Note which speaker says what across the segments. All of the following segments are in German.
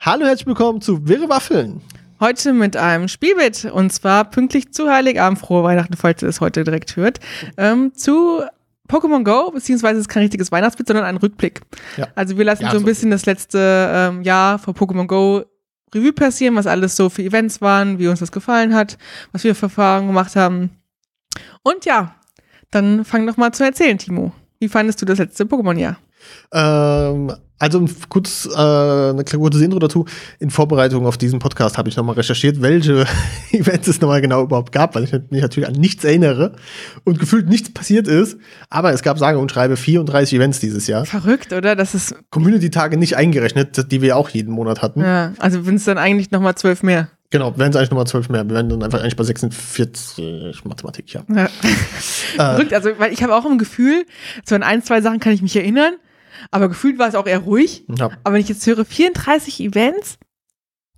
Speaker 1: Hallo, herzlich willkommen zu Wirre Waffeln.
Speaker 2: Heute mit einem Spielbett und zwar pünktlich zu Heiligabend, frohe Weihnachten, falls ihr es heute direkt hört, ähm, zu Pokémon Go, beziehungsweise es ist kein richtiges Weihnachtsbild, sondern ein Rückblick.
Speaker 1: Ja.
Speaker 2: Also wir lassen
Speaker 1: Ja,
Speaker 2: so ein
Speaker 1: so.
Speaker 2: bisschen das letzte ähm, Jahr vor Pokémon Go Revue passieren, was alles so für Events waren, wie uns das gefallen hat, was wir für Erfahrungen gemacht haben. Und ja, dann fang doch mal zu erzählen, Timo. Wie fandest du das letzte Pokémon-Jahr?
Speaker 1: Ähm, also ein f- kurz äh, eine kleine kurze Intro dazu. In Vorbereitung auf diesen Podcast habe ich nochmal recherchiert, welche Events es nochmal genau überhaupt gab, weil ich mich natürlich an nichts erinnere und gefühlt nichts passiert ist. Aber es gab sage und schreibe 34 Events dieses Jahr.
Speaker 2: Verrückt, oder? Das ist,
Speaker 1: Community-Tage nicht eingerechnet, die wir auch jeden Monat hatten.
Speaker 2: ja, also sind es dann eigentlich nochmal zwölf mehr.
Speaker 1: Genau, wären es eigentlich nochmal 12 mehr. Wir wären dann einfach eigentlich bei 46 Mathematik, ja.
Speaker 2: Ja.
Speaker 1: Äh.
Speaker 2: Verrückt, also weil ich habe auch im Gefühl, so an ein, zwei Sachen kann ich mich erinnern, aber gefühlt war es auch eher ruhig.
Speaker 1: ja.
Speaker 2: Aber wenn ich jetzt höre 34 Events,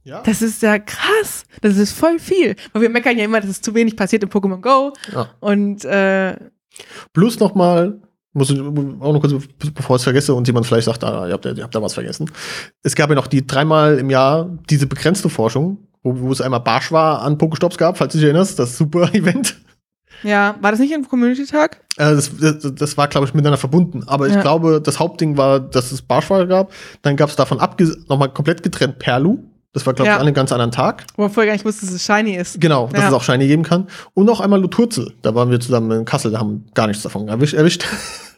Speaker 1: ja.
Speaker 2: das ist ja krass. Das ist voll viel. Weil wir meckern ja immer, dass es zu wenig passiert in Pokémon Go.
Speaker 1: Ja.
Speaker 2: Und äh,
Speaker 1: Plus nochmal, muss ich auch noch kurz, bevor ich es vergesse und jemand vielleicht sagt, ah, ihr habt, ihr habt da was vergessen. Es gab ja noch die dreimal im Jahr diese begrenzte Forschung, wo, wo es einmal Barsch war an Pokestops gab, falls du dich erinnerst, das super Event.
Speaker 2: ja, war das nicht ein Community-Tag?
Speaker 1: Äh, das, das, das war, glaube ich, miteinander verbunden. Aber ich
Speaker 2: Ja.
Speaker 1: glaube, das Hauptding war, dass es Barschwahl gab. Dann gab es davon abge- nochmal komplett getrennt Perlu. Das war, glaube
Speaker 2: Ja.
Speaker 1: ich, an einem ganz anderen Tag.
Speaker 2: Wo man vorher gar nicht wusste, dass es shiny ist.
Speaker 1: Genau, dass
Speaker 2: Ja.
Speaker 1: es auch Scheine geben kann. Und auch einmal Luturzel. Da waren wir zusammen in Kassel, da haben gar nichts davon erwischt. erwischt.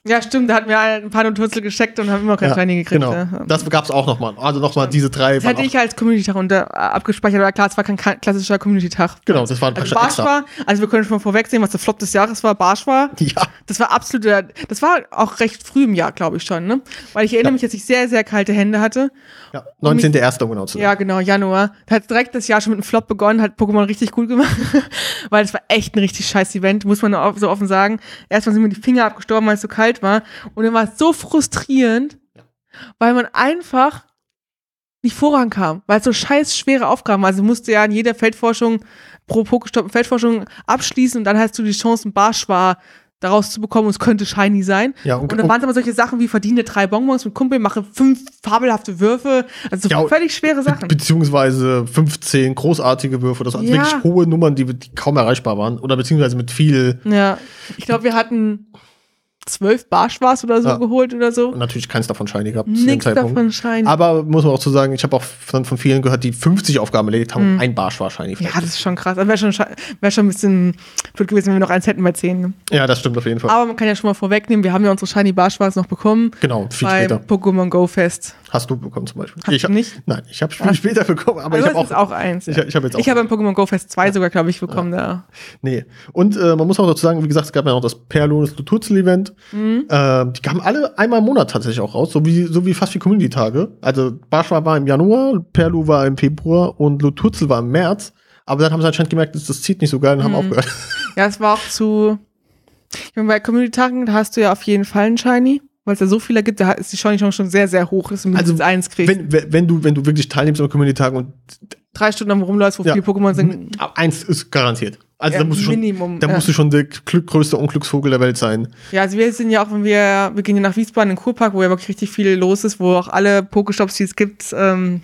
Speaker 2: Ja, stimmt, da hatten wir ein paar Noturzel gescheckt und haben immer kein shiny gekriegt.
Speaker 1: genau.
Speaker 2: ja.
Speaker 1: Das gab es auch nochmal. Also nochmal diese drei.
Speaker 2: Das
Speaker 1: waren
Speaker 2: hatte
Speaker 1: auch-
Speaker 2: ich als Community-Tag unter äh, abgespeichert, aber klar, es war kein ka- klassischer Community-Tag.
Speaker 1: genau, das waren
Speaker 2: Also
Speaker 1: praktisch
Speaker 2: Barsch war, also wir können schon mal vorwegsehen, was der Flop des Jahres war, Barsch war.
Speaker 1: Ja,
Speaker 2: Das war absolut, der- das war auch recht früh im Jahr, glaube ich schon, ne? Weil ich
Speaker 1: Ja.
Speaker 2: erinnere mich, dass ich sehr, sehr kalte Hände hatte.
Speaker 1: ja. 19.01. um genau zu sein.
Speaker 2: Ja, genau, Januar. Da hat direkt das Jahr schon mit einem Flop begonnen, hat Pokémon richtig cool gemacht, weil es war echt ein richtig scheiß Event, muss man auch so offen sagen. Erstmal sind mir die Finger abgestorben, weil es so kalt war. Und dann war es so frustrierend, weil man einfach nicht vorankam, weil es so scheiß schwere Aufgaben waren. Also musste ja in jeder Feldforschung pro Pokestopp Feldforschung abschließen und dann hast du die Chance, ein Barschwar daraus zu bekommen und es könnte shiny sein.
Speaker 1: Ja, und-
Speaker 2: und, dann waren es aber solche Sachen wie verdiene drei Bonbons mit Kumpel, mache fünf fabelhafte Würfe. Also
Speaker 1: Ja, und-
Speaker 2: völlig schwere Sachen.
Speaker 1: Be beziehungsweise 15 großartige Würfe. Das waren
Speaker 2: Ja.
Speaker 1: wirklich hohe Nummern, die, die kaum erreichbar waren. Oder beziehungsweise mit viel,
Speaker 2: Ja, ich glaube, wir hatten zwölf Barschwas oder so
Speaker 1: Ja.
Speaker 2: geholt oder so.
Speaker 1: und natürlich keins davon Shiny gehabt zu dem
Speaker 2: Nichts
Speaker 1: Zeitpunkt.
Speaker 2: davon scheint.
Speaker 1: Aber muss man auch zu sagen, ich habe auch von, von vielen gehört, die 50 Aufgaben erledigt haben. um Ein Barsch war Shiny.
Speaker 2: Mhm. ja, das ist schon krass. Wäre schon, scha- wär schon ein bisschen blöd gewesen, wenn wir noch eins hätten bei zehn. ne?
Speaker 1: ja, das stimmt auf jeden Fall.
Speaker 2: Aber man kann ja schon mal vorwegnehmen, wir haben ja unsere Shiny Barschwas noch bekommen.
Speaker 1: Genau, viel
Speaker 2: beim
Speaker 1: später.
Speaker 2: Pokémon Go Fest.
Speaker 1: Hast du bekommen zum Beispiel?
Speaker 2: Hast
Speaker 1: ich
Speaker 2: du nicht?
Speaker 1: Nein, ich habe viel später bekommen, aber
Speaker 2: Also
Speaker 1: ich habe
Speaker 2: das ist
Speaker 1: auch,
Speaker 2: auch eins.
Speaker 1: ich,
Speaker 2: ja.
Speaker 1: ich habe jetzt auch.
Speaker 2: Ich habe im Pokémon Go Fest 2 sogar, glaube ich, bekommen. Da.
Speaker 1: nee. Und äh, man muss auch dazu sagen, wie gesagt, es gab ja noch das Perlo, das Luturzel Event.
Speaker 2: Mhm.
Speaker 1: Ähm, die kamen alle einmal im Monat tatsächlich auch raus, so wie, so wie fast wie Community Tage. Also Barschwa war im Januar, Perlo war im Februar und Luturzel war im März. Aber dann haben sie anscheinend gemerkt, das, das zieht nicht so geil und
Speaker 2: Mhm.
Speaker 1: haben aufgehört.
Speaker 2: Ja, es war auch zu. Ich meine, bei Community-Tagen hast du ja auf jeden Fall einen Shiny, weil es ja so viele gibt, da ist die Shiny-Chance schon sehr, sehr hoch, dass du mindestens eins kriegst.
Speaker 1: Also, Wenn, wenn, wenn, du, wenn du wirklich teilnimmst am Community Tag und
Speaker 2: drei Stunden am rumläufst, wo
Speaker 1: Ja.
Speaker 2: viele Pokémon sind.
Speaker 1: ab eins ist garantiert. Also
Speaker 2: Ja,
Speaker 1: da musst du schon,
Speaker 2: Minimum,
Speaker 1: da
Speaker 2: ja.
Speaker 1: musst du schon der Glück, größte Unglücksvogel der Welt sein.
Speaker 2: Ja, also wir sind ja auch, wenn wir, wir gehen ja nach Wiesbaden in den Kurpark, wo ja wirklich richtig viel los ist, wo auch alle Pokestops, die es gibt, ähm,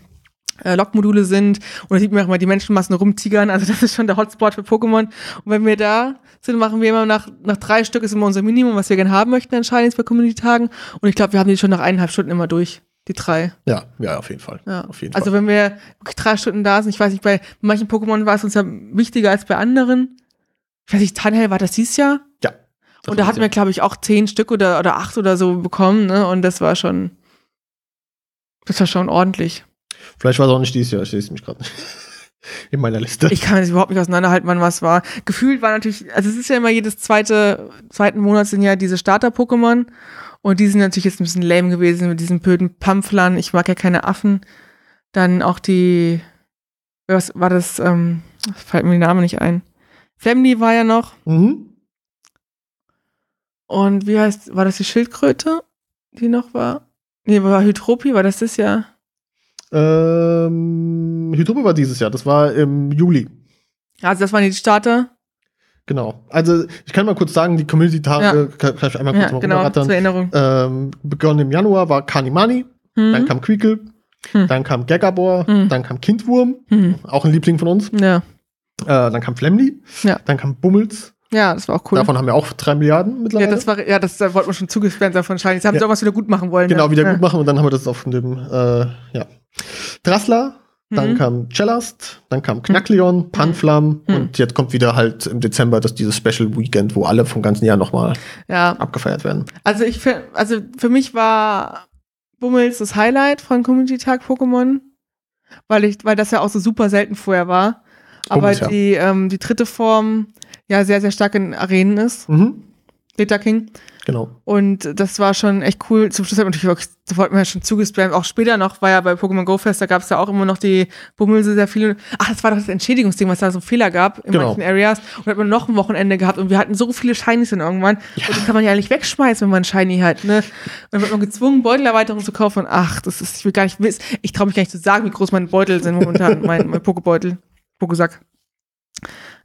Speaker 2: äh, Lokmodule sind. Und da sieht man auch mal die Menschenmassen rumtigern. Also das ist schon der Hotspot für Pokémon. Und wenn wir da sind, machen wir immer nach, nach drei Stück ist immer unser Minimum, was wir gerne haben möchten an Shinies bei Community-Tagen. Und ich glaube, wir haben die schon nach eineinhalb Stunden immer durch, die drei.
Speaker 1: Ja, ja, auf jeden Fall.
Speaker 2: Ja.
Speaker 1: Auf jeden
Speaker 2: also
Speaker 1: Fall.
Speaker 2: wenn wir wirklich drei Stunden da sind, ich weiß nicht, bei manchen Pokémon war es uns ja wichtiger als bei anderen. Ich weiß nicht, Tanhell war das dieses Jahr?
Speaker 1: Ja. Das
Speaker 2: Und da
Speaker 1: war's,
Speaker 2: hatten wir, glaube ich, auch zehn Stück oder, oder acht oder so bekommen, ne? Und das war schon. Das war schon ordentlich.
Speaker 1: ja. Vielleicht war es auch nicht dieses Jahr, ich lese mich gerade nicht. In meiner Liste.
Speaker 2: Ich kann das überhaupt nicht auseinanderhalten, wann was war. Gefühlt war natürlich, also es ist ja immer jedes zweite, zweiten Monat sind ja diese Starter-Pokémon. Und die sind natürlich jetzt ein bisschen lame gewesen mit diesen blöden Pampflern. Ich mag ja keine Affen. Dann auch die, was war das, ähm, fällt mir der Name nicht ein. Family war ja noch.
Speaker 1: mhm.
Speaker 2: Und wie heißt, war das die Schildkröte, die noch war? Nee, war Hydropi, war das das Jahr?
Speaker 1: ähm, Hydrope war dieses Jahr, das war im Juli.
Speaker 2: Also das waren die Starter.
Speaker 1: Genau. Also ich kann mal kurz sagen, die Community-Tage, kann, kann ich einmal kurz
Speaker 2: Ja,
Speaker 1: mal
Speaker 2: genau,
Speaker 1: runterrattern.
Speaker 2: zur Erinnerung.
Speaker 1: Ähm, begonnen im Januar war Kanimani, dann
Speaker 2: Mhm.
Speaker 1: kam Quiekle,
Speaker 2: Hm.
Speaker 1: Dann kam Gagabor,
Speaker 2: Hm.
Speaker 1: dann kam Kindwurm,
Speaker 2: Hm.
Speaker 1: auch ein Liebling von uns.
Speaker 2: Ja.
Speaker 1: Äh, dann kam Flemly,
Speaker 2: Ja.
Speaker 1: dann kam Bummels.
Speaker 2: ja, das war auch cool.
Speaker 1: Davon haben wir auch drei Milliarden
Speaker 2: ja,
Speaker 1: mittlerweile.
Speaker 2: das war, ja, das äh, wollten wir schon zugesperrt davon wahrscheinlich. Sie haben
Speaker 1: Ja.
Speaker 2: sie irgendwas wieder gut machen wollen.
Speaker 1: genau,
Speaker 2: ne?
Speaker 1: wieder
Speaker 2: ja.
Speaker 1: gut machen und dann haben wir das auf dem, äh, ja. Drassler, dann
Speaker 2: Mhm.
Speaker 1: kam Cellast, dann kam Knackleon, Panflam
Speaker 2: Mhm.
Speaker 1: und jetzt kommt wieder halt im Dezember das, dieses Special Weekend, wo alle vom ganzen Jahr nochmal
Speaker 2: Ja,
Speaker 1: abgefeiert werden.
Speaker 2: also ich find, also für mich war Bummels das Highlight von Community Tag Pokémon, weil ich, weil das ja auch so super selten vorher war. Aber
Speaker 1: Bummels, ja.
Speaker 2: die, ähm, die dritte Form ja sehr, sehr stark in Arenen ist,
Speaker 1: Mhm.
Speaker 2: Beta King.
Speaker 1: Genau.
Speaker 2: Und das war schon echt cool. Zum Schluss hat man natürlich wirklich, da wollten wir ja schon zugespammt. Auch später noch war ja bei Pokémon Go Fest, da gab es ja auch immer noch die Bummelse sehr viele. Ach, das war doch das Entschädigungsding, was da so einen Fehler gab in
Speaker 1: Genau.
Speaker 2: manchen Areas. Und da hat man noch ein Wochenende gehabt und wir hatten so viele Shinies dann irgendwann. Und die kann man ja nicht wegschmeißen, wenn man ein Shiny hat, ne? Und dann wird man gezwungen, Beutelerweiterungen zu kaufen. Und ach, das ist, ich will gar nicht wissen. Ich traue mich gar nicht zu sagen, wie groß meine Beutel sind momentan, mein, mein Pokebeutel, Pokesack.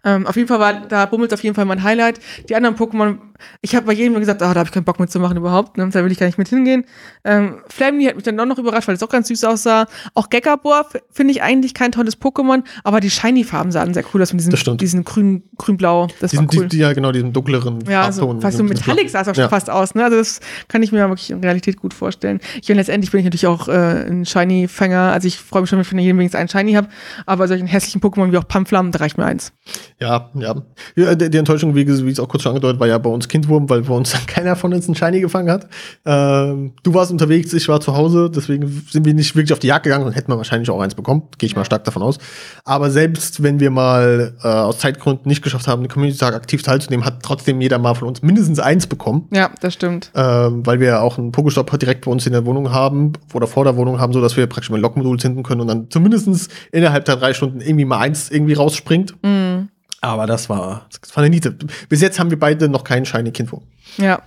Speaker 2: Ähm, auf jeden Fall war da Bummels auf jeden Fall mein Highlight. Die anderen Pokémon, ich habe bei jedem gesagt, ah, da habe ich keinen Bock mitzumachen überhaupt, ne? da will ich gar nicht mit hingehen. Ähm, Flammy hat mich dann doch noch überrascht, weil es auch ganz süß aussah. Auch Gekabor f- finde ich eigentlich kein tolles Pokémon, aber die Shiny-Farben sahen sehr cool aus mit
Speaker 1: Das
Speaker 2: diesem,
Speaker 1: stimmt.
Speaker 2: diesen grün, grün-blau. Das
Speaker 1: Diesen,
Speaker 2: war cool.
Speaker 1: die, ja, genau, diesen dunkleren
Speaker 2: Ja, so,
Speaker 1: Farbton.
Speaker 2: fast so Metallic sah es auch schon
Speaker 1: Ja.
Speaker 2: fast aus. Ne? Also das kann ich mir ja wirklich in Realität gut vorstellen. Ich meine, letztendlich bin ich natürlich auch äh, ein Shiny-Fänger. Also ich freue mich schon, wenn ich jedem wenigstens einen Shiny habe. Aber solchen hässlichen Pokémon wie auch Pampflammen, da reicht mir eins.
Speaker 1: Ja, ja. ja die, die Enttäuschung, wie es auch kurz schon angedeutet, war ja bei uns Kindwurm, weil bei uns dann keiner von uns einen Shiny gefangen hat. Ähm, du warst unterwegs, ich war zu Hause, deswegen sind wir nicht wirklich auf die Jagd gegangen, sonst hätten wir wahrscheinlich auch eins bekommen. Gehe ich mal stark davon aus. Aber selbst wenn wir mal äh, aus Zeitgründen nicht geschafft haben, den Community-Tag aktiv teilzunehmen, hat trotzdem jeder mal von uns mindestens eins bekommen.
Speaker 2: Ja, das stimmt.
Speaker 1: Ähm, weil wir ja auch einen Pokestop direkt bei uns in der Wohnung haben oder vor der Wohnung haben, so dass wir praktisch mit Lokmodul hinten können und dann zumindestens innerhalb der drei Stunden irgendwie mal eins irgendwie rausspringt.
Speaker 2: Mhm.
Speaker 1: Aber das war, das war eine Niete. Bis jetzt haben wir beide noch keinen Shiny Kindwurm.
Speaker 2: Ja.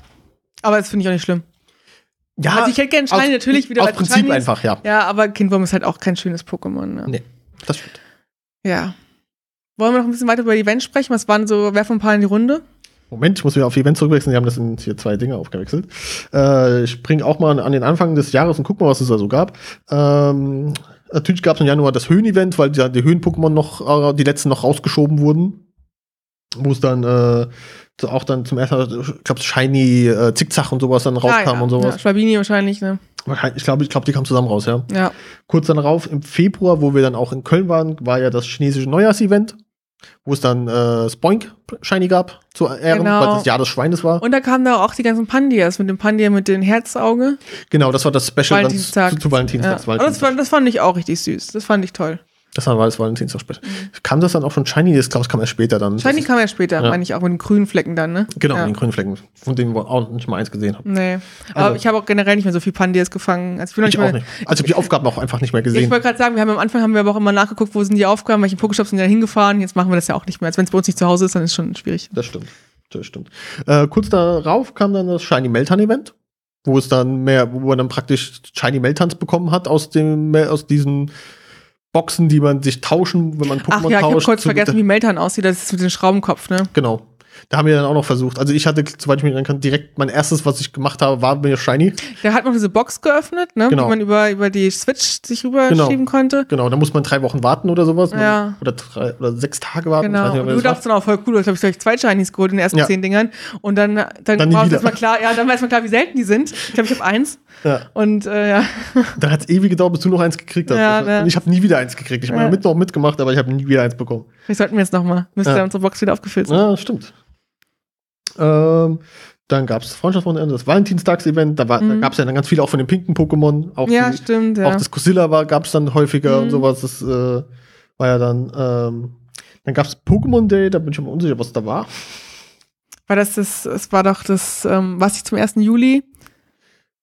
Speaker 2: Aber das finde ich auch nicht schlimm.
Speaker 1: Ja,
Speaker 2: Also ich hätte gerne Shiny
Speaker 1: aus-
Speaker 2: natürlich wieder
Speaker 1: Aus
Speaker 2: als
Speaker 1: Prinzip
Speaker 2: Shinies.
Speaker 1: einfach, ja.
Speaker 2: Ja, aber Kindwurm ist halt auch kein schönes Pokémon. Ne?
Speaker 1: Nee, das stimmt.
Speaker 2: Ja. Wollen wir noch ein bisschen weiter über die Events sprechen? Was waren so, wer von ein paar in die Runde?
Speaker 1: Moment, ich muss wieder auf Event zurückwechseln. Die haben das in hier zwei Dinge aufgewechselt. Äh, ich springe auch mal an den Anfang des Jahres und guck mal, was es da so gab. Ähm, natürlich gab es im Januar das Höhen-Event, weil die, die Höhen-Pokémon noch, äh, die letzten noch rausgeschoben wurden. Wo es dann äh, zu- auch dann zum ersten Mal, ich glaube, Shiny äh, Zickzack und sowas dann rauskam
Speaker 2: Ah, ja.
Speaker 1: und sowas.
Speaker 2: Ja, Schwabini wahrscheinlich, ne?
Speaker 1: Wahrscheinlich- Ich glaube, ich glaube, die kamen zusammen raus, ja.
Speaker 2: Ja.
Speaker 1: Kurz darauf, im Februar, wo wir dann auch in Köln waren, war ja das chinesische Neujahrsevent, wo es dann äh, Spoink Shiny gab zu Ehren,
Speaker 2: Genau.
Speaker 1: weil das Jahr des Schweines war.
Speaker 2: Und da kamen da auch die ganzen Pandias mit dem Pandia mit dem Herzauge.
Speaker 1: genau, das war das Special dann zu,
Speaker 2: Valentinstag.
Speaker 1: zu Valentinstag.
Speaker 2: Ja.
Speaker 1: Valentinstag.
Speaker 2: Aber das, war, das fand ich auch richtig süß. Das fand ich toll.
Speaker 1: das war das Valentinstag Special. Kam das dann auch schon Shiny? Das glaube ich kam erst später dann.
Speaker 2: Mhm. Shiny kam ja später,
Speaker 1: ja.
Speaker 2: meine ich auch, mit den grünen Flecken dann, ne?
Speaker 1: genau,
Speaker 2: Ja.
Speaker 1: mit den grünen Flecken, von denen wir auch nicht mal eins gesehen haben.
Speaker 2: Nee. Aber
Speaker 1: Also-
Speaker 2: ich habe auch generell nicht mehr so viel Pandias gefangen. Also ich bin noch
Speaker 1: Ich
Speaker 2: mal,
Speaker 1: auch nicht. Also die Aufgaben auch einfach nicht mehr
Speaker 2: Ich
Speaker 1: gesehen.
Speaker 2: wollte gerade sagen, wir haben am Anfang haben wir aber auch immer nachgeguckt, wo sind die Aufgaben, welchen Pokestops sind wir da hingefahren. Jetzt machen wir das ja auch nicht mehr. Also wenn es bei uns nicht zu Hause ist, dann ist schon schwierig.
Speaker 1: Das stimmt. Das stimmt. Äh, kurz darauf kam dann das Shiny Meltan Event, wo es dann mehr, wo man dann praktisch Shiny Meltans bekommen hat aus dem, aus diesen Boxen, die man sich tauschen, wenn man Pokémon
Speaker 2: Ach ja, ich habe
Speaker 1: tauscht.
Speaker 2: kurz
Speaker 1: zu-
Speaker 2: vergessen, wie Meltan aussieht. Das ist mit dem Schraubenkopf, ne?
Speaker 1: Genau. Da haben wir dann auch noch versucht. Also ich hatte, soweit ich mich erinnern kann, direkt mein erstes, was ich gemacht habe, war mir Shiny.
Speaker 2: Da hat man diese Box geöffnet, ne?
Speaker 1: Genau.
Speaker 2: Die man über, über die Switch sich rüberschieben
Speaker 1: Genau.
Speaker 2: konnte.
Speaker 1: Genau, da muss man drei Wochen warten oder sowas.
Speaker 2: Ja.
Speaker 1: Oder, drei, oder sechs Tage warten. Ich weiß
Speaker 2: Genau.
Speaker 1: nicht,
Speaker 2: Und
Speaker 1: ob ihr
Speaker 2: du
Speaker 1: das
Speaker 2: dachtest dann auch voll cool, du hast, glaube ich, gleich zwei Shinies geholt in den ersten
Speaker 1: Ja.
Speaker 2: zehn Dingern. Und dann, dann,
Speaker 1: Dann nie
Speaker 2: war uns
Speaker 1: wieder.
Speaker 2: erstmal klar, ja, dann war erstmal klar, wie selten die sind. Ich glaube, ich habe eins.
Speaker 1: macht. ja.
Speaker 2: Und äh, ja.
Speaker 1: Dann hat es ewig gedauert, bis du noch eins gekriegt hast.
Speaker 2: Ja,
Speaker 1: Und
Speaker 2: ne.
Speaker 1: ich habe nie wieder eins gekriegt. Ich habe
Speaker 2: Ja.
Speaker 1: mit noch mitgemacht, aber ich habe nie wieder eins bekommen.
Speaker 2: Vielleicht sollten wir jetzt nochmal. Müsste
Speaker 1: Ja.
Speaker 2: unsere Box wieder aufgefüllt sein.
Speaker 1: Ja, stimmt. Ähm, dann gab es Freundschaftswochenende, das Valentinstags-Event, da, war- da
Speaker 2: Mhm.
Speaker 1: gab es ja dann ganz viele auch von den pinken Pokémon. Auch,
Speaker 2: Ja,
Speaker 1: die,
Speaker 2: stimmt,
Speaker 1: auch
Speaker 2: ja.
Speaker 1: das Cosilla gab es dann häufiger
Speaker 2: Mhm.
Speaker 1: und sowas. Das äh, war ja dann. Ähm, dann gab es Pokémon Day, da bin ich mir unsicher, was da war.
Speaker 2: War das das, es war doch das, ähm, was ich zum 1. Juli,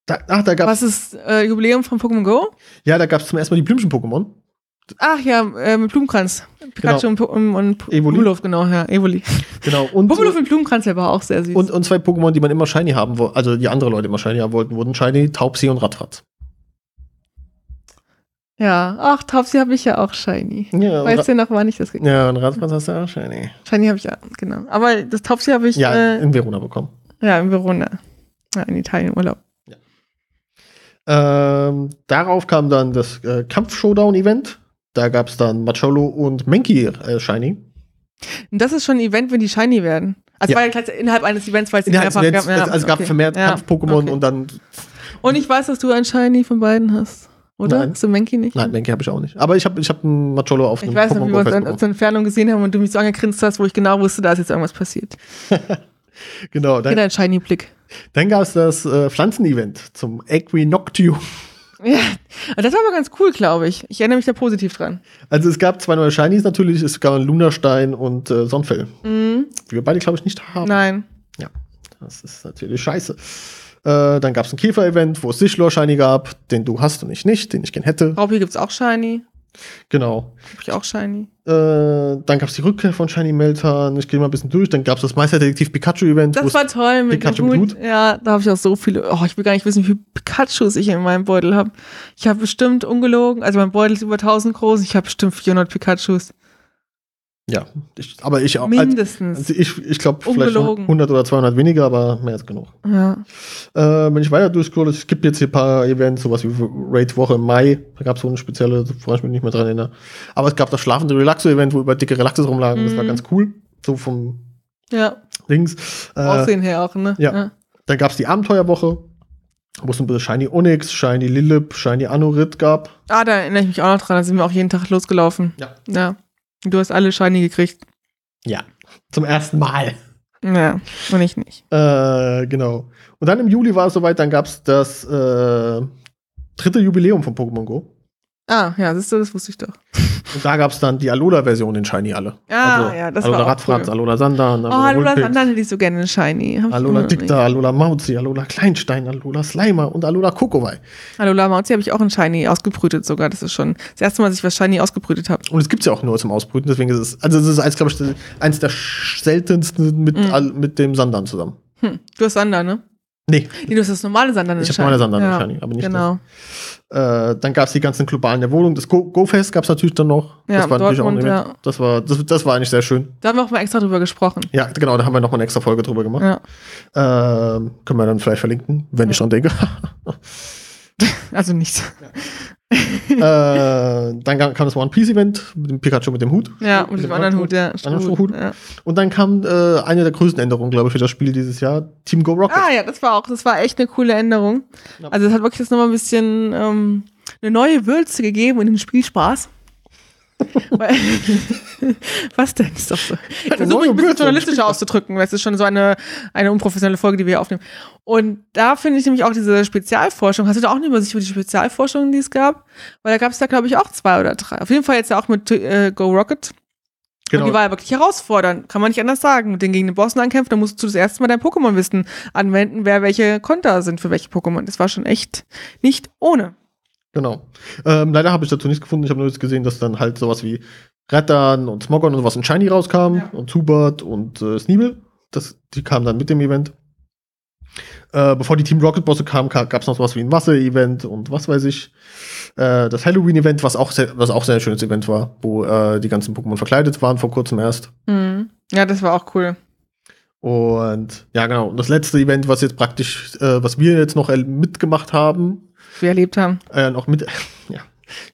Speaker 1: Da, ach, da gab es.
Speaker 2: was ist äh, Jubiläum von Pokémon Go?
Speaker 1: Ja, da gab es zum ersten Mal die Blümchen-Pokémon.
Speaker 2: Ach ja, äh, mit Blumenkranz. Pikachu und, und, und
Speaker 1: Genau. Evoli.
Speaker 2: Pummeluff, genau, ja, Evoli.
Speaker 1: Genau. Und,
Speaker 2: Pummeluff mit Blumenkranz, der war auch sehr süß.
Speaker 1: und, und zwei Pokémon, die man immer shiny haben wollte, also die andere Leute immer shiny haben wollten, wurden shiny, Taubsi und Radfratz.
Speaker 2: ja, ach, Taubsi habe ich ja auch Shiny.
Speaker 1: Ja, und
Speaker 2: Weißt
Speaker 1: Ra-
Speaker 2: du noch, wann ich das gekriegt
Speaker 1: ja, und Radfratz hast du auch shiny.
Speaker 2: habe? Shiny habe ich ja, genau. Aber das Taubsi habe ich
Speaker 1: Ja,
Speaker 2: ja, äh,
Speaker 1: in Verona bekommen.
Speaker 2: ja, in Verona. Ja, in Italien Urlaub.
Speaker 1: Ähm, darauf kam dann das äh, Kampf-Showdown-Event. Da gab es dann Macholo und Menki äh, Shiny.
Speaker 2: Und das ist schon ein Event, wenn die shiny werden. Also
Speaker 1: Ja.
Speaker 2: war ja gleich innerhalb eines Events, weil es
Speaker 1: Innerhalb des Events,
Speaker 2: mehrfach
Speaker 1: also es gab
Speaker 2: okay.
Speaker 1: vermehrt
Speaker 2: Ja,
Speaker 1: Kampf-Pokémon
Speaker 2: okay.
Speaker 1: und dann.
Speaker 2: Und ich weiß, dass du ein Shiny von beiden hast. Oder?
Speaker 1: Nein.
Speaker 2: Hast du Menki nicht?
Speaker 1: Nein, Menki habe ich auch nicht. Aber ich habe ich hab einen Macholo auf
Speaker 2: Ich
Speaker 1: einem
Speaker 2: weiß noch, wie
Speaker 1: Pokémon
Speaker 2: wir uns
Speaker 1: Go-Fest
Speaker 2: an, zur Entfernung gesehen haben und du mich so angegrinst hast, wo ich genau wusste, da ist jetzt irgendwas passiert.
Speaker 1: bekommen. Genau,
Speaker 2: Ich
Speaker 1: dann,
Speaker 2: hatte einen shiny Blick.
Speaker 1: dann gab es das äh, Pflanzen-Event zum Equinoctium.
Speaker 2: Ja, aber das war aber ganz cool, glaube ich. Ich erinnere mich da positiv dran.
Speaker 1: Also es gab zwei neue Shinies natürlich, es gab einen Lunastein und äh, Sonnenfell. Die wir beide, glaube ich, nicht haben.
Speaker 2: Mhm. Nein.
Speaker 1: Ja, das ist natürlich scheiße. Äh, dann gab es ein Käfer-Event, wo es Sichlor-Shiny gab, den du hast und ich nicht, den ich gern hätte.
Speaker 2: Raupi gibt's auch shiny.
Speaker 1: Genau.
Speaker 2: Hab ich auch shiny.
Speaker 1: Äh, dann gab es die Rückkehr von Shiny Meltan. Ich gehe mal ein bisschen durch. Dann gab es das Meisterdetektiv Pikachu-Event. wo
Speaker 2: Das
Speaker 1: es-
Speaker 2: war toll mit
Speaker 1: Pikachu
Speaker 2: dem
Speaker 1: mit
Speaker 2: Hut. Ja, da habe ich auch so viele. Oh, ich will gar nicht wissen, wie viele Pikachus ich in meinem Beutel habe. Ich habe bestimmt ungelogen, also mein Beutel ist über 1000 groß, ich habe bestimmt 400 Pikachus.
Speaker 1: Ja, ich, aber ich auch. als-
Speaker 2: Mindestens.
Speaker 1: Also ich ich glaube, vielleicht noch
Speaker 2: Ungelogen.
Speaker 1: 100 oder 200 weniger, aber mehr als genug.
Speaker 2: ja.
Speaker 1: Äh, wenn ich weiter durchscrolle, es gibt jetzt hier ein paar Events, sowas wie Raid-Woche im Mai. Da gab es so eine spezielle, woran ich mich nicht mehr dran erinnere. Aber es gab das schlafende Relaxo-Event, wo über dicke Relaxes rumlagen. Das war
Speaker 2: Mhm.
Speaker 1: ganz cool. So vom
Speaker 2: Ja.
Speaker 1: Dings. Äh,
Speaker 2: Aussehen her auch, ne?
Speaker 1: ja. dann gab es die Abenteuerwoche, wo es ein bisschen Shiny Onyx, Shiny Lilip, Shiny Anorit gab.
Speaker 2: Ah, da erinnere ich mich auch noch dran, da sind wir auch jeden Tag losgelaufen.
Speaker 1: Ja.
Speaker 2: Ja. Und Du hast alle shiny gekriegt.
Speaker 1: Ja. Zum ersten Mal.
Speaker 2: Ja. Und ich nicht.
Speaker 1: Äh, genau. Und dann im Juli war es soweit, dann gab es das äh, dritte Jubiläum von Pokémon Go.
Speaker 2: Ah, ja, siehst du, das wusste ich doch.
Speaker 1: Und da gab es dann die Alola-Version in Shiny alle. Also,
Speaker 2: Ah, ja, das
Speaker 1: Alola
Speaker 2: war auch
Speaker 1: Radfratz,
Speaker 2: cool.
Speaker 1: Alola Sandan,
Speaker 2: Oh, Alola
Speaker 1: Vulpix,
Speaker 2: Sandane hätte ich so gerne in Shiny. Hab ich immer
Speaker 1: Alola
Speaker 2: noch
Speaker 1: Dicta, Alola Mauzi, Alola Kleinstein, Alola Slimer und Alola Kokowai.
Speaker 2: nicht. Alola Mauzi habe ich auch in Shiny ausgebrütet sogar. Das ist schon das erste Mal, dass ich was Shiny ausgebrütet habe.
Speaker 1: Und es gibt es ja auch nur zum Ausbrüten, deswegen ist es, also es ist eins, glaube ich, eins der sch- seltensten mit,
Speaker 2: Mhm.
Speaker 1: all, mit dem Sandan zusammen.
Speaker 2: Hm. Du hast Sander, ne?
Speaker 1: Nee,
Speaker 2: Nee, du hast das normale Sander in
Speaker 1: Ich hab
Speaker 2: Shiny.
Speaker 1: normale Sandane in Shiny, aber nicht
Speaker 2: Genau.
Speaker 1: äh, dann gab es die ganzen globalen der Wohnung. Das Go- Go-Fest gab es natürlich dann noch.
Speaker 2: Ja,
Speaker 1: das war natürlich auch ein
Speaker 2: Dortmund,
Speaker 1: Event. Das, war, das, das war eigentlich sehr schön.
Speaker 2: Da haben wir auch mal extra drüber gesprochen.
Speaker 1: Ja, genau, da haben wir nochmal eine extra Folge drüber gemacht.
Speaker 2: Ja.
Speaker 1: Ähm, können wir dann vielleicht verlinken, wenn ich dran denke.
Speaker 2: Also nichts.
Speaker 1: äh, dann ga- kam das One Piece Event mit dem Pikachu mit dem Hut.
Speaker 2: Ja, und dem anderen Hut, ja.
Speaker 1: Anderen Strohhut.
Speaker 2: Ja.
Speaker 1: Und dann kam äh, eine der größten Änderungen, glaube ich, für das Spiel dieses Jahr: Team Go Rocket.
Speaker 2: Ah ja, das war auch, das war echt eine coole Änderung.
Speaker 1: Ja.
Speaker 2: Also es hat wirklich jetzt nochmal ein bisschen ähm, eine neue Würze gegeben und den Spielspaß. Weil- Was denn? Ist doch so. Ich versuche
Speaker 1: neue
Speaker 2: mich ein
Speaker 1: Würze
Speaker 2: bisschen
Speaker 1: und
Speaker 2: journalistisch auszudrücken, weil es ist schon so eine, eine unprofessionelle Folge, die wir hier aufnehmen. Und da finde ich nämlich auch diese Spezialforschung. Hast du da auch eine Übersicht über die Spezialforschungen, die es gab? Weil da gab es da, glaube ich, auch zwei oder drei. Auf jeden Fall jetzt ja auch mit äh, Go Rocket.
Speaker 1: Genau,
Speaker 2: Und die war ja wirklich herausfordernd, kann man nicht anders sagen. Mit den gegen den Bossen ankämpfen, da musst du das erste Mal dein Pokémon-Wissen anwenden, wer welche Konter sind für welche Pokémon. Das war schon echt nicht ohne.
Speaker 1: Genau. Ähm, leider habe ich dazu nichts gefunden. Ich habe nur jetzt gesehen, dass dann halt sowas wie Rattern und Smogon und sowas in Shiny rauskamen.
Speaker 2: Ja.
Speaker 1: Und Zubat und äh, Sneebel. Das, die kamen dann mit dem Event. Äh, bevor die Team Rocket-Bosse kamen, gab es noch sowas wie ein Wasser-Event und was weiß ich. Äh, das Halloween-Event, was auch sehr, was auch sehr schönes Event war, wo äh, die ganzen Pokémon verkleidet waren vor kurzem erst.
Speaker 2: Mhm. Ja, das war auch cool.
Speaker 1: Und ja, genau. Und das letzte Event, was jetzt praktisch, äh, was wir jetzt noch erl- mitgemacht haben,
Speaker 2: was Wir erlebt haben.
Speaker 1: äh, noch mit, ja,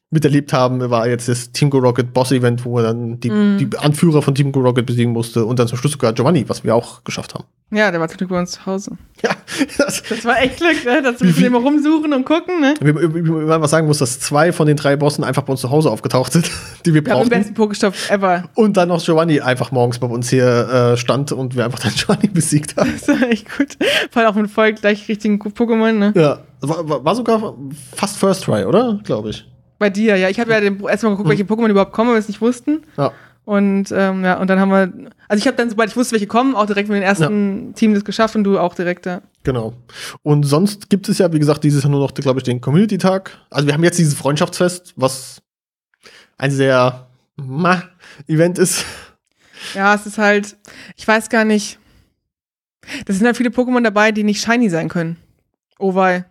Speaker 1: miterlebt haben, war jetzt das Team Go Rocket Boss Event, wo er dann die,
Speaker 2: Mhm.
Speaker 1: die Anführer von Team Go Rocket besiegen musste und dann zum Schluss sogar Giovanni, was wir auch geschafft haben.
Speaker 2: Ja, der war zum Glück bei uns zu Hause.
Speaker 1: Ja, das,
Speaker 2: Das war echt Glück, ne? dass
Speaker 1: Wie-
Speaker 2: wir
Speaker 1: wie-
Speaker 2: immer rumsuchen und gucken. Ne?
Speaker 1: wie, wie, wie man was sagen muss, dass zwei von den drei Bossen einfach bei uns zu Hause aufgetaucht sind, die wir
Speaker 2: Wir haben den
Speaker 1: brauchten.
Speaker 2: besten Pokestopf ever.
Speaker 1: und dann noch Giovanni einfach morgens bei uns hier äh, stand und wir einfach dann Giovanni besiegt haben.
Speaker 2: Das war echt gut. Vor allem auch mit voll gleich richtigen Pokémon. Ne?
Speaker 1: Ja, war, war war sogar fast First Try, oder? Glaube ich.
Speaker 2: Bei dir, ja. Ich habe ja den- erstmal geguckt, welche Pokémon überhaupt kommen, weil wir es nicht wussten.
Speaker 1: Ja.
Speaker 2: Und ähm, ja, und dann haben wir, also ich habe dann, sobald ich wusste, welche kommen, auch direkt mit dem ersten Team das geschafft und du auch direkt da.
Speaker 1: Genau. Und sonst gibt es ja, wie gesagt, dieses Jahr nur noch, glaube ich, den Community-Tag. Also wir haben jetzt dieses Freundschaftsfest, was ein sehr ma Event ist.
Speaker 2: Ja, es ist halt, ich weiß gar nicht. Das sind halt viele Pokémon dabei, die nicht shiny sein können. Oh wei.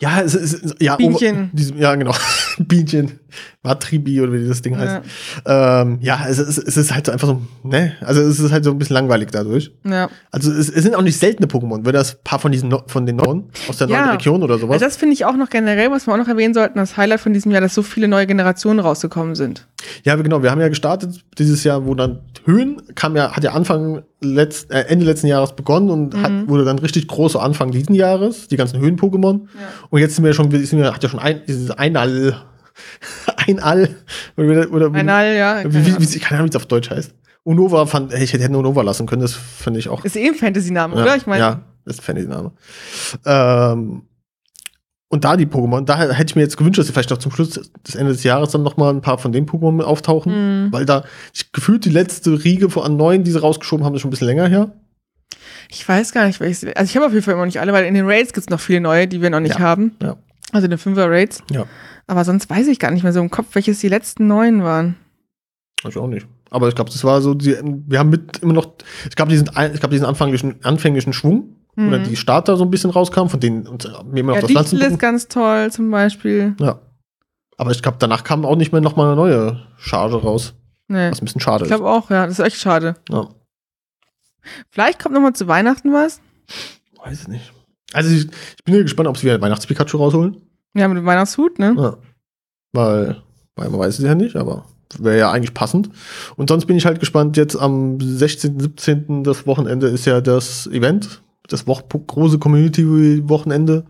Speaker 1: Ja, es oh, ist ja
Speaker 2: Bienchen.
Speaker 1: Diesem, ja, genau. Bienchen. Matribi oder wie das Ding
Speaker 2: Ja.
Speaker 1: heißt. Ähm, ja, es, ist- es ist halt einfach so, ne? Also es ist halt so ein bisschen langweilig dadurch.
Speaker 2: Ja.
Speaker 1: Also es, es sind auch nicht seltene Pokémon, weil das ein paar von diesen no von den neuen aus der
Speaker 2: Ja.
Speaker 1: neuen Region oder sowas.
Speaker 2: Also das finde ich auch noch generell, was wir auch noch erwähnen sollten, das Highlight von diesem Jahr, dass so viele neue Generationen rausgekommen sind.
Speaker 1: ja, genau, wir haben ja gestartet dieses Jahr, wo dann Höhen kam ja, hat ja Anfang letzt, äh, Ende letzten Jahres begonnen und hat,
Speaker 2: Mhm.
Speaker 1: wurde dann richtig groß so Anfang diesen Jahres, die ganzen Höhen-Pokémon. Und jetzt sind wir schon, sind wir, hat ja schon ein, dieses Einall. Einall. Oder, oder,
Speaker 2: Einal, ja.
Speaker 1: Wie, wie, wie, keine Ahnung, wie es auf Deutsch heißt. Unova fand, ey, ich hätte hätte Unova lassen können, das finde ich auch.
Speaker 2: Ist eh ein Fantasy-Name,
Speaker 1: ja,
Speaker 2: oder? Ich meine,
Speaker 1: Ja, das ist Fantasy-Name. Ähm, und da die Pokémon, da hätte ich mir jetzt gewünscht, dass sie vielleicht noch zum Schluss des Ende des Jahres dann nochmal ein paar von den Pokémon mit
Speaker 2: hm.
Speaker 1: auftauchen,
Speaker 2: Mhm.
Speaker 1: weil da ich gefühlt die letzte Riege von- an neuen, die sie rausgeschoben haben, ist schon ein bisschen länger her.
Speaker 2: ich weiß gar nicht, welches. Also ich habe auf jeden Fall immer noch nicht alle, weil in den Raids gibt es noch viele neue, die wir noch nicht
Speaker 1: Ja.
Speaker 2: haben.
Speaker 1: Ja.
Speaker 2: Also in den Fünfer-Raids.
Speaker 1: Ja,
Speaker 2: Aber sonst weiß ich gar nicht mehr so im Kopf, welches die letzten neuen waren.
Speaker 1: weiß ich auch nicht. Aber ich glaube, das war so, die, wir haben mit immer noch, ich glaube, diesen, ein- ich glaube, diesen anfänglichen, anfänglichen Schwung, oder die Starter so ein bisschen rauskamen, von denen uns mir immer
Speaker 2: Mhm. Ja,
Speaker 1: noch das Lanzen
Speaker 2: Dichtel ist ganz toll zum Beispiel.
Speaker 1: Ja. Aber ich glaube, danach kam auch nicht mehr nochmal eine neue Charge raus.
Speaker 2: Nee.
Speaker 1: Was ein bisschen schade
Speaker 2: Ich glaube auch, ja. Das ist echt schade.
Speaker 1: ist. Ja.
Speaker 2: Vielleicht kommt nochmal zu Weihnachten was.
Speaker 1: Weiß ich nicht. Also ich, ich bin ja gespannt, ob sie wieder ein Weihnachts-Pikachu rausholen.
Speaker 2: Ja, mit dem Weihnachtshut, ne?
Speaker 1: Ja. Weil, weil man weiß es ja nicht, aber wäre ja eigentlich passend. Und sonst bin ich halt gespannt, jetzt am 16., 17. das Wochenende ist ja das Event, das Wo große Community-Wochenende,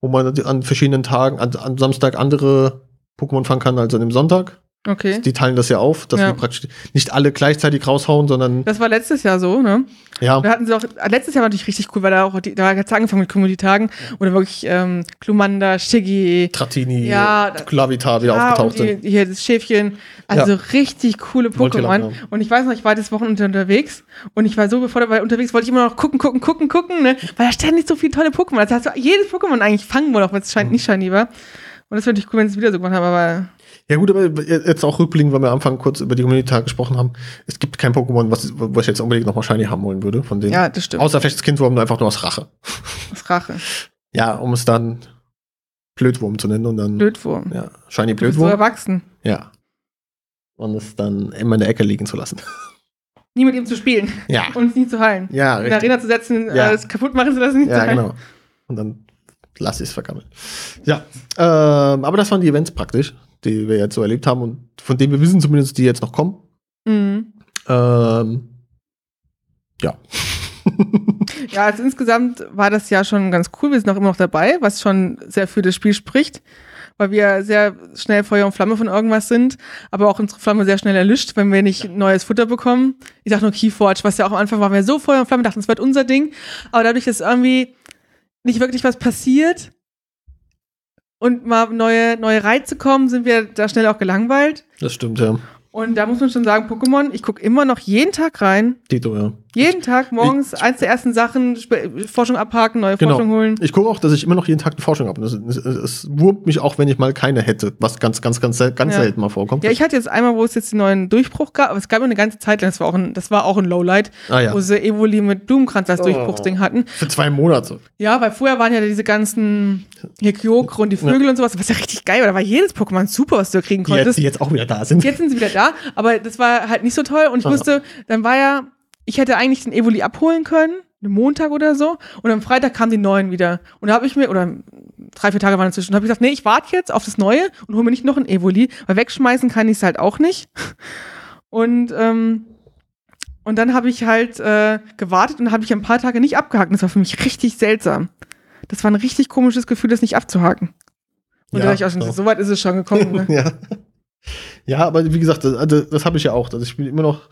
Speaker 1: wo man an verschiedenen Tagen, an, am Samstag andere Pokémon fangen kann als an dem Sonntag.
Speaker 2: Okay.
Speaker 1: Die teilen das ja auf, dass
Speaker 2: Ja.
Speaker 1: wir praktisch nicht alle gleichzeitig raushauen, sondern
Speaker 2: Das war letztes Jahr so, ne?
Speaker 1: ja,
Speaker 2: Da hatten sie auch, letztes Jahr war natürlich richtig cool, weil da auch, die, da hat es angefangen mit Community-Tagen. Oder wirklich ähm, Klumanda, Shiggy,
Speaker 1: Tratini,
Speaker 2: Ja, da-
Speaker 1: Klavita wieder
Speaker 2: Ah,
Speaker 1: aufgetaucht
Speaker 2: und
Speaker 1: sind.
Speaker 2: die, hier das Schäfchen. Also richtig coole
Speaker 1: Volteland,
Speaker 2: Pokémon.
Speaker 1: ja.
Speaker 2: Und ich weiß noch, ich war das Wochenende unterwegs und ich war so befordert, weil unterwegs wollte ich immer noch gucken, gucken, gucken, gucken, ne? Weil da ständig so viele tolle Pokémon. Also hast du jedes Pokémon eigentlich fangen wollen, auch wenn es
Speaker 1: Mhm.
Speaker 2: scheint nicht shiny war. Und das wäre natürlich cool, wenn sie es wieder so gemacht haben, aber
Speaker 1: Ja gut, aber jetzt auch rückblickend, weil wir am Anfang kurz über die Community gesprochen haben. Es gibt kein Pokémon, was, was ich jetzt unbedingt noch wahrscheinlich haben wollen würde von denen.
Speaker 2: ja, das stimmt.
Speaker 1: Außer vielleicht das Kindwurm einfach nur aus Rache.
Speaker 2: Das ist Rache.
Speaker 1: Ja, um es dann Blödwurm zu nennen und dann
Speaker 2: Blödwurm.
Speaker 1: ja, Shiny
Speaker 2: Du bist so
Speaker 1: Blödwurm.
Speaker 2: erwachsen.
Speaker 1: Ja. Und es dann immer in der Ecke liegen zu lassen.
Speaker 2: Nie mit ihm zu spielen
Speaker 1: Ja.
Speaker 2: und es nie zu heilen.
Speaker 1: Ja,
Speaker 2: In der
Speaker 1: richtig.
Speaker 2: Arena zu setzen,
Speaker 1: Ja.
Speaker 2: alles kaputt machen zu lassen, nicht zu
Speaker 1: Ja,
Speaker 2: heilen.
Speaker 1: genau. Und dann lass ich es vergammeln. Ja, ähm, aber das waren die Events praktisch, die wir jetzt so erlebt haben und von denen wir wissen zumindest, die jetzt noch kommen.
Speaker 2: Mhm.
Speaker 1: Ähm, ja.
Speaker 2: Ja, also insgesamt war das ja schon ganz cool. Wir sind auch immer noch dabei, was schon sehr für das Spiel spricht, weil wir sehr schnell Feuer und Flamme von irgendwas sind, aber auch unsere Flamme sehr schnell erlischt, wenn wir nicht neues Futter bekommen. Ich sag nur Keyforge, was ja auch am Anfang waren wir so Feuer und Flamme, dachten, es wird unser Ding, aber dadurch, dass irgendwie nicht wirklich was passiert und mal neue, neue Reize kommen, sind wir da schnell auch gelangweilt.
Speaker 1: Das stimmt, ja.
Speaker 2: Und da muss man schon sagen, Pokémon, ich gucke immer noch jeden Tag rein.
Speaker 1: Tito, ja.
Speaker 2: Jeden Tag morgens eins der ersten Sachen, Sp- Forschung abhaken, neue
Speaker 1: Genau.
Speaker 2: Forschung holen.
Speaker 1: Ich gucke auch, dass ich immer noch jeden Tag eine Forschung habe. Es, es, es wurmt mich auch, wenn ich mal keine hätte, was ganz, ganz, ganz, sel- ganz
Speaker 2: Ja.
Speaker 1: selten mal vorkommt.
Speaker 2: Ja, ich hatte jetzt einmal, wo es jetzt den neuen Durchbruch gab, aber es gab ja eine ganze Zeit lang, das war auch ein, das war auch ein Lowlight,
Speaker 1: ah ja,
Speaker 2: wo sie Evoli mit Blumenkranz als
Speaker 1: Oh.
Speaker 2: Durchbruchsding hatten.
Speaker 1: für zwei Monate.
Speaker 2: Ja, weil vorher waren ja diese ganzen hier Kyokro und die Vögel und sowas, was ja richtig geil war. Da war jedes Pokémon super, was du da kriegen
Speaker 1: Die jetzt,
Speaker 2: konntest.
Speaker 1: die jetzt auch wieder da sind.
Speaker 2: Jetzt sind sie wieder da, aber das war halt nicht so toll. Und ich
Speaker 1: Ah.
Speaker 2: wusste, dann war ja, ich hätte eigentlich den Evoli abholen können, einen Montag oder so. Und am Freitag kamen die neuen wieder. Und da habe ich mir, oder drei, vier Tage waren dazwischen, habe ich gesagt, nee, ich warte jetzt auf das Neue und hole mir nicht noch ein Evoli, weil wegschmeißen kann ich es halt auch nicht. Und, ähm, und dann habe ich halt äh, gewartet und habe ich ein paar Tage nicht abgehakt. Und Das war für mich richtig seltsam. Das war ein richtig komisches Gefühl, das nicht abzuhaken. Und
Speaker 1: Ja,
Speaker 2: da dachte ich auch schon,
Speaker 1: doch.
Speaker 2: so weit ist es schon gekommen. Ne?
Speaker 1: ja. ja, aber wie gesagt, das, also das habe ich ja auch. Also ich bin immer noch,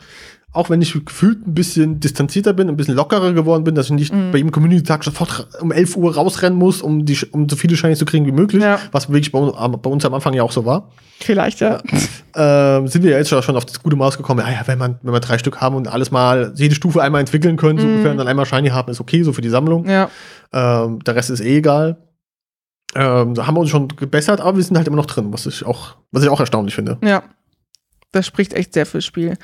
Speaker 1: auch wenn ich gefühlt ein bisschen distanzierter bin, ein bisschen lockerer geworden bin, dass ich nicht
Speaker 2: Mhm.
Speaker 1: bei jedem Community-Tag sofort um 11 Uhr rausrennen muss, um, die, um so viele Shinies zu kriegen wie möglich,
Speaker 2: Ja.
Speaker 1: was wirklich bei, uns- am- bei uns am Anfang ja auch so war,
Speaker 2: Vielleicht, ja.
Speaker 1: ähm, sind wir ja jetzt schon auf das gute Maß gekommen. Ja, ja, wenn man, wenn wir drei Stück haben und alles mal, jede Stufe einmal entwickeln können,
Speaker 2: Mhm.
Speaker 1: so ungefähr, und dann einmal Shiny haben, ist okay, so für die Sammlung.
Speaker 2: Ja.
Speaker 1: Ähm, der Rest ist eh egal. Ähm, da haben wir uns schon gebessert, aber wir sind halt immer noch drin, was ich auch, was ich auch erstaunlich finde.
Speaker 2: Ja. Das spricht echt sehr fürs Spiel.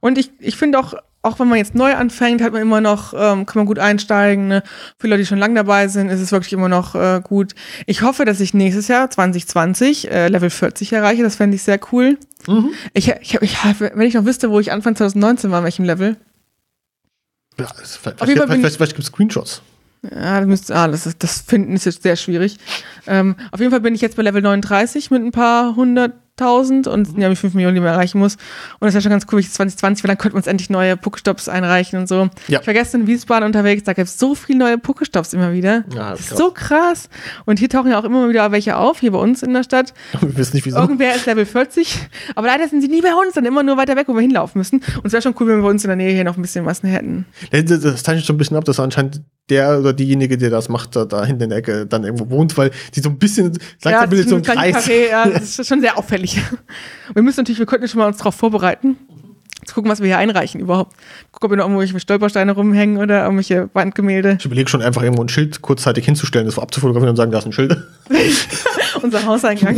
Speaker 2: Und ich, ich finde auch, auch wenn man jetzt neu anfängt, hat man immer noch, ähm, kann man gut einsteigen. Ne? Für Leute, die schon lange dabei sind, ist es wirklich immer noch äh, gut. Ich hoffe, dass ich nächstes Jahr 2020 äh, Level 40 erreiche. Das fände ich sehr cool.
Speaker 1: Mhm.
Speaker 2: Ich, ich, hab- ich, hab- wenn ich noch wüsste, wo ich Anfang 2019 war, an welchem Level.
Speaker 1: Ja, es- vielleicht
Speaker 2: Auf jeden Fall
Speaker 1: vielleicht,
Speaker 2: bin ich-
Speaker 1: vielleicht, vielleicht gibt es Screenshots.
Speaker 2: Ja, das, müsst, ah, das, ist, das finden ist jetzt sehr schwierig. Ähm, auf jeden Fall bin ich jetzt bei Level 39 mit ein paar hunderttausend und es sind ja mit 5 Millionen, die man erreichen muss. Und das wäre schon ganz cool, wenn ich 2020, weil dann könnten wir uns endlich neue Pokestops einreichen und so.
Speaker 1: Ja.
Speaker 2: Ich war gestern in Wiesbaden unterwegs, da gab es so viele neue Pokestops immer wieder.
Speaker 1: Ja,
Speaker 2: das ist
Speaker 1: krass.
Speaker 2: so krass. Und hier tauchen ja auch immer wieder welche auf, hier bei uns in der Stadt.
Speaker 1: Wir wissen nicht, wieso.
Speaker 2: Irgendwer ist Level 40, aber leider sind sie nie bei uns, dann immer nur weiter weg, wo wir hinlaufen müssen. Und es wäre schon cool, wenn wir bei uns in der Nähe hier noch ein bisschen was hätten.
Speaker 1: Das, das- das zeichnet schon ein bisschen ab, dass anscheinend der oder diejenige, der das macht, da, da hinten in der Ecke dann irgendwo wohnt, weil die so ein bisschen, langsam bildet so ein
Speaker 2: das ist
Speaker 1: Kreis.
Speaker 2: Karree, ja, das ist schon sehr auffällig. Wir müssen natürlich, wir könnten schon mal uns darauf vorbereiten. Jetzt gucken, was wir hier einreichen überhaupt. Gucken, ob wir noch irgendwelche Stolpersteine rumhängen oder irgendwelche Wandgemälde.
Speaker 1: Ich überlege schon einfach irgendwo ein Schild kurzzeitig hinzustellen, das abzufotografieren und sagen, da ist ein Schild.
Speaker 2: Unser Hauseingang,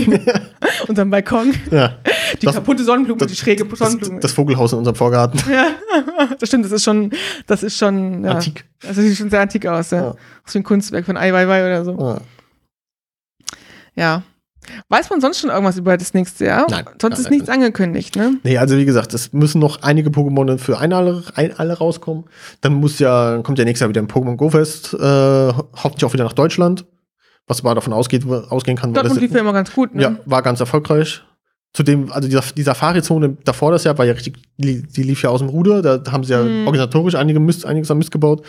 Speaker 2: unseren Balkon,
Speaker 1: Ja.
Speaker 2: die
Speaker 1: Das-
Speaker 2: kaputte Sonnenblume,
Speaker 1: das-
Speaker 2: die schräge
Speaker 1: Das,
Speaker 2: Sonnenblume. Das,
Speaker 1: das Vogelhaus in unserem Vorgarten.
Speaker 2: stimmt, das ist schon, das ist schon ja,
Speaker 1: Antik.
Speaker 2: Das sieht schon sehr antik aus, ja.
Speaker 1: Ja.
Speaker 2: Aus wie ein Kunstwerk von Ai Weiwei oder so.
Speaker 1: Ja.
Speaker 2: Ja. Weiß man sonst schon irgendwas über das nächste Jahr?
Speaker 1: Nein.
Speaker 2: Sonst
Speaker 1: Nein,
Speaker 2: ist
Speaker 1: nein,
Speaker 2: nichts angekündigt, ne?
Speaker 1: Nee, also wie gesagt, es müssen noch einige Pokémon dann für ein alle, ein alle rauskommen. Dann muss ja, kommt ja nächstes Jahr wieder ein Pokémon Go Fest, äh, ho- hoffentlich auch wieder nach Deutschland. Was man davon ausgeht, ausgehen kann, weil
Speaker 2: Dortmund lief ja immer ganz gut, ne?
Speaker 1: ja, war ganz erfolgreich. Zudem, also die, Saf- die Safari-Zone davor das Jahr war ja richtig, die, die lief ja aus dem Ruder, da haben sie ja
Speaker 2: Mhm.
Speaker 1: organisatorisch einige Mist, einiges am Mist gebaut.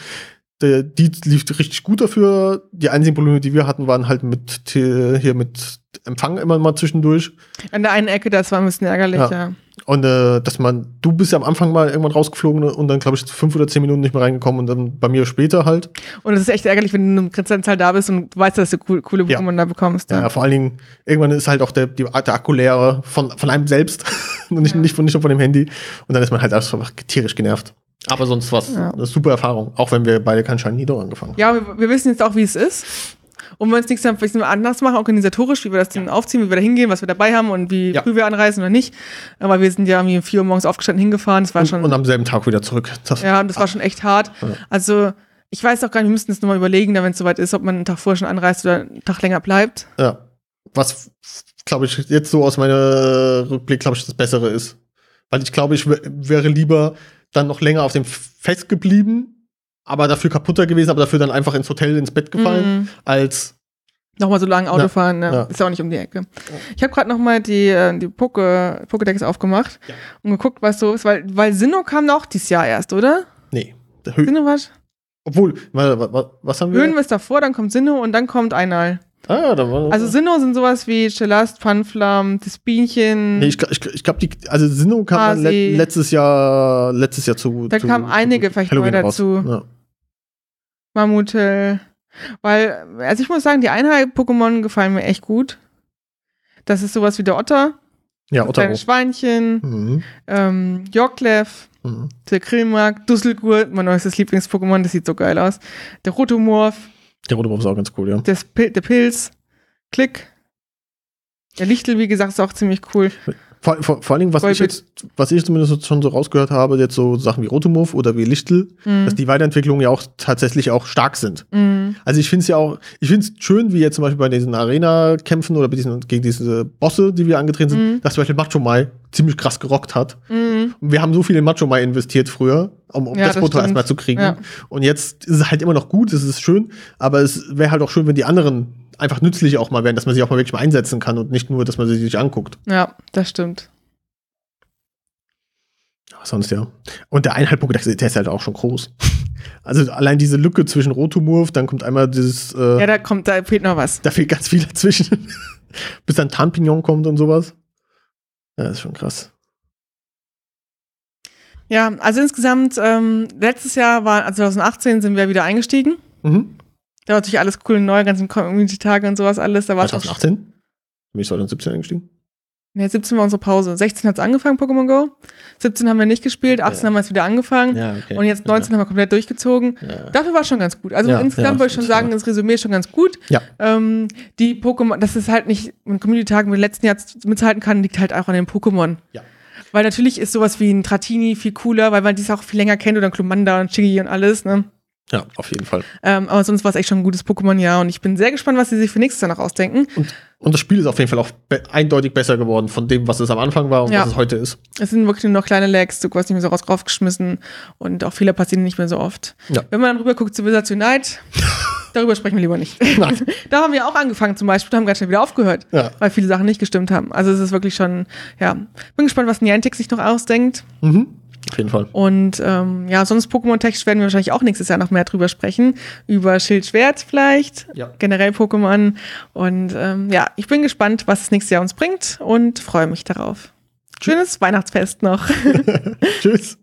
Speaker 1: Die, die lief richtig gut dafür. Die einzigen Probleme, die wir hatten, waren halt mit Te- hier mit Empfang immer mal zwischendurch.
Speaker 2: An der einen Ecke, das war ein bisschen ärgerlich, ja.
Speaker 1: Ja. Und äh, dass man, du bist ja am Anfang mal irgendwann rausgeflogen und dann, glaube ich, fünf oder zehn Minuten nicht mehr reingekommen und dann bei mir später halt.
Speaker 2: Und es ist echt ärgerlich, wenn du in einer Zahl da bist und du weißt, dass du cool, coole
Speaker 1: Ja.
Speaker 2: Pokémon da bekommst. ne?
Speaker 1: Ja.
Speaker 2: Ja.
Speaker 1: vor allen Dingen, irgendwann ist halt auch der, die, der Akku leer von, von einem selbst und nicht, nicht, von, nicht nur von dem Handy. Und dann ist man halt einfach tierisch genervt. Aber sonst was,
Speaker 2: Ja.
Speaker 1: eine super Erfahrung, auch wenn wir beide kein Shinido angefangen haben.
Speaker 2: Ja, wir, wir wissen jetzt auch, wie es ist. Und wenn wir uns nichts haben, vielleicht anders machen, organisatorisch, wie wir das denn aufziehen, wie wir da hingehen, was wir dabei haben und wie
Speaker 1: Ja.
Speaker 2: früh wir anreisen oder nicht. Aber wir sind ja irgendwie um 4 Uhr morgens aufgestanden hingefahren. Das war schon,
Speaker 1: Und, und am selben Tag wieder zurück. Das,
Speaker 2: ja, und das war schon echt hart. Also, ich weiß auch gar nicht, wir müssten es nochmal überlegen, wenn es soweit ist, ob man einen Tag vorher schon anreist oder einen Tag länger bleibt.
Speaker 1: ja. Was, glaube ich, jetzt so aus meiner Rückblick, glaube ich, das Bessere ist. Weil ich glaube, ich wär- wäre lieber dann noch länger auf dem Fest geblieben, aber dafür kaputter gewesen, aber dafür dann einfach ins Hotel, ins Bett gefallen,
Speaker 2: Mhm.
Speaker 1: als
Speaker 2: Nochmal so lange Auto
Speaker 1: Ja,
Speaker 2: fahren, ne?
Speaker 1: ja.
Speaker 2: ist ja auch nicht um die Ecke. Ich habe gerade nochmal die, äh, die Poke, Pokédex aufgemacht
Speaker 1: Ja.
Speaker 2: und geguckt, was so ist, weil, weil Sinnoh kam auch dieses Jahr erst, oder?
Speaker 1: nee. der Hö
Speaker 2: Sinnoh war.
Speaker 1: Obwohl, wa- wa- wa- was haben wir?
Speaker 2: Höhenwiss ist davor, dann kommt Sinnoh und dann kommt Einal.
Speaker 1: Ah, da war
Speaker 2: Also Sinnoh sind sowas wie Chelast, Panflam, das Bienchen.
Speaker 1: Nee, ich, gl- ich, gl- ich glaube, die, also Sinnoh kam dann
Speaker 2: Hasi.
Speaker 1: le letztes Jahr, letztes Jahr zu.
Speaker 2: Da
Speaker 1: zu,
Speaker 2: kamen einige vielleicht neu
Speaker 1: raus.
Speaker 2: dazu.
Speaker 1: Ja.
Speaker 2: Mammutel. Weil, also ich muss sagen, die Einheit-Pokémon gefallen mir echt gut. Das ist sowas wie der Otter,
Speaker 1: Ja,
Speaker 2: das
Speaker 1: Otto.
Speaker 2: kleine Schweinchen,
Speaker 1: Mhm.
Speaker 2: ähm, Jorklef,
Speaker 1: Mhm.
Speaker 2: der Krillmark, Dusselgurt, mein neuestes Lieblings-Pokémon, das sieht so geil aus. Der Rotomorph,
Speaker 1: Der Rote Wurf ist auch ganz cool, ja.
Speaker 2: das Pil der Pilz, Klick. Der Lichtel, wie gesagt, ist auch ziemlich cool.
Speaker 1: Vor, vor, vor allen Dingen, was ich,
Speaker 2: Golbit.
Speaker 1: jetzt, was ich zumindest schon so rausgehört habe, jetzt so Sachen wie Rotomov oder wie Lichtel,
Speaker 2: Mhm.
Speaker 1: dass die Weiterentwicklungen ja auch tatsächlich auch stark sind.
Speaker 2: Mhm.
Speaker 1: Also ich finde es ja auch, ich finde es schön, wie jetzt zum Beispiel bei diesen Arena-Kämpfen oder bei diesen, gegen diese Bosse, die wir angetreten sind,
Speaker 2: Mhm.
Speaker 1: dass zum Beispiel Macho Mai ziemlich krass gerockt hat.
Speaker 2: Mhm.
Speaker 1: Und wir haben so viel in Macho Mai investiert früher, um, um
Speaker 2: Ja,
Speaker 1: das
Speaker 2: das
Speaker 1: Foto
Speaker 2: stimmt.
Speaker 1: erstmal zu kriegen.
Speaker 2: Ja.
Speaker 1: Und jetzt ist es halt immer noch gut, es ist schön, aber es wäre halt auch schön, wenn die anderen einfach nützlich auch mal wären, dass man sie auch mal wirklich mal einsetzen kann und nicht nur, dass man sie sich anguckt.
Speaker 2: Ja, das stimmt.
Speaker 1: Aber sonst ja. Und der eineinhalb Pokédex, der ist halt auch schon groß. Also allein diese Lücke zwischen Rotomurf, dann kommt einmal dieses, äh,
Speaker 2: Ja, da kommt, da fehlt noch was.
Speaker 1: da fehlt ganz viel dazwischen, bis dann Tampignon kommt und sowas. Ja, das ist schon krass.
Speaker 2: Ja, also insgesamt, ähm, letztes Jahr war, also 2018 sind wir wieder eingestiegen.
Speaker 1: Mhm.
Speaker 2: Da war natürlich alles cool und neu, ganzen Community-Tage und sowas alles. Da war es auch.
Speaker 1: 2018? Bin ich 2017 eingestiegen?
Speaker 2: Ne, 17 war unsere Pause. 16 hat's angefangen, Pokémon Go. 17 haben wir nicht gespielt, 18
Speaker 1: Ja.
Speaker 2: haben wir es wieder angefangen.
Speaker 1: Ja, okay.
Speaker 2: Mhm. Und jetzt 19 haben wir komplett durchgezogen.
Speaker 1: Ja.
Speaker 2: Dafür war es schon ganz gut. Also
Speaker 1: Ja,
Speaker 2: insgesamt
Speaker 1: ja,
Speaker 2: würde ich schon
Speaker 1: stimmt,
Speaker 2: sagen,
Speaker 1: ja.
Speaker 2: das Resümee ist schon ganz gut.
Speaker 1: Ja.
Speaker 2: Ähm, die Pokémon, dass es halt nicht mit Community-Tagen mit dem letzten Jahr mithalten kann, liegt halt auch an den Pokémon.
Speaker 1: Ja.
Speaker 2: Weil natürlich ist sowas wie ein Tratini viel cooler, weil man dies auch viel länger kennt oder ein Klumanda und Chigi und alles, ne?
Speaker 1: Ja, auf jeden Fall.
Speaker 2: Ähm, aber sonst war es echt schon ein gutes Pokémon, ja. Und ich bin sehr gespannt, was sie sich für nächstes Jahr noch ausdenken.
Speaker 1: Und das Spiel ist auf jeden Fall auch be eindeutig besser geworden von dem, was es am Anfang war und
Speaker 2: Ja.
Speaker 1: was es heute ist.
Speaker 2: Es sind wirklich nur noch kleine Lags, du wirst nicht mehr so raus raufgeschmissen und auch Fehler passieren nicht mehr so oft.
Speaker 1: Ja.
Speaker 2: Wenn man dann rüber guckt zu Wizards Unite, darüber sprechen wir lieber nicht.
Speaker 1: Nein.
Speaker 2: da haben wir auch angefangen zum Beispiel, haben ganz schnell wieder aufgehört,
Speaker 1: Ja.
Speaker 2: weil viele Sachen nicht gestimmt haben. Also es ist wirklich schon, ja, bin gespannt, was Niantic sich noch ausdenkt.
Speaker 1: Mhm. Auf jeden Fall.
Speaker 2: Und ähm, ja, sonst Pokémon-Text werden wir wahrscheinlich auch nächstes Jahr noch mehr drüber sprechen. Über Schild, Schwert vielleicht,
Speaker 1: Ja.
Speaker 2: generell Pokémon. Und ähm, ja, ich bin gespannt, was es nächstes Jahr uns bringt und freue mich darauf. Schönes Weihnachtsfest noch.
Speaker 1: Tschüss.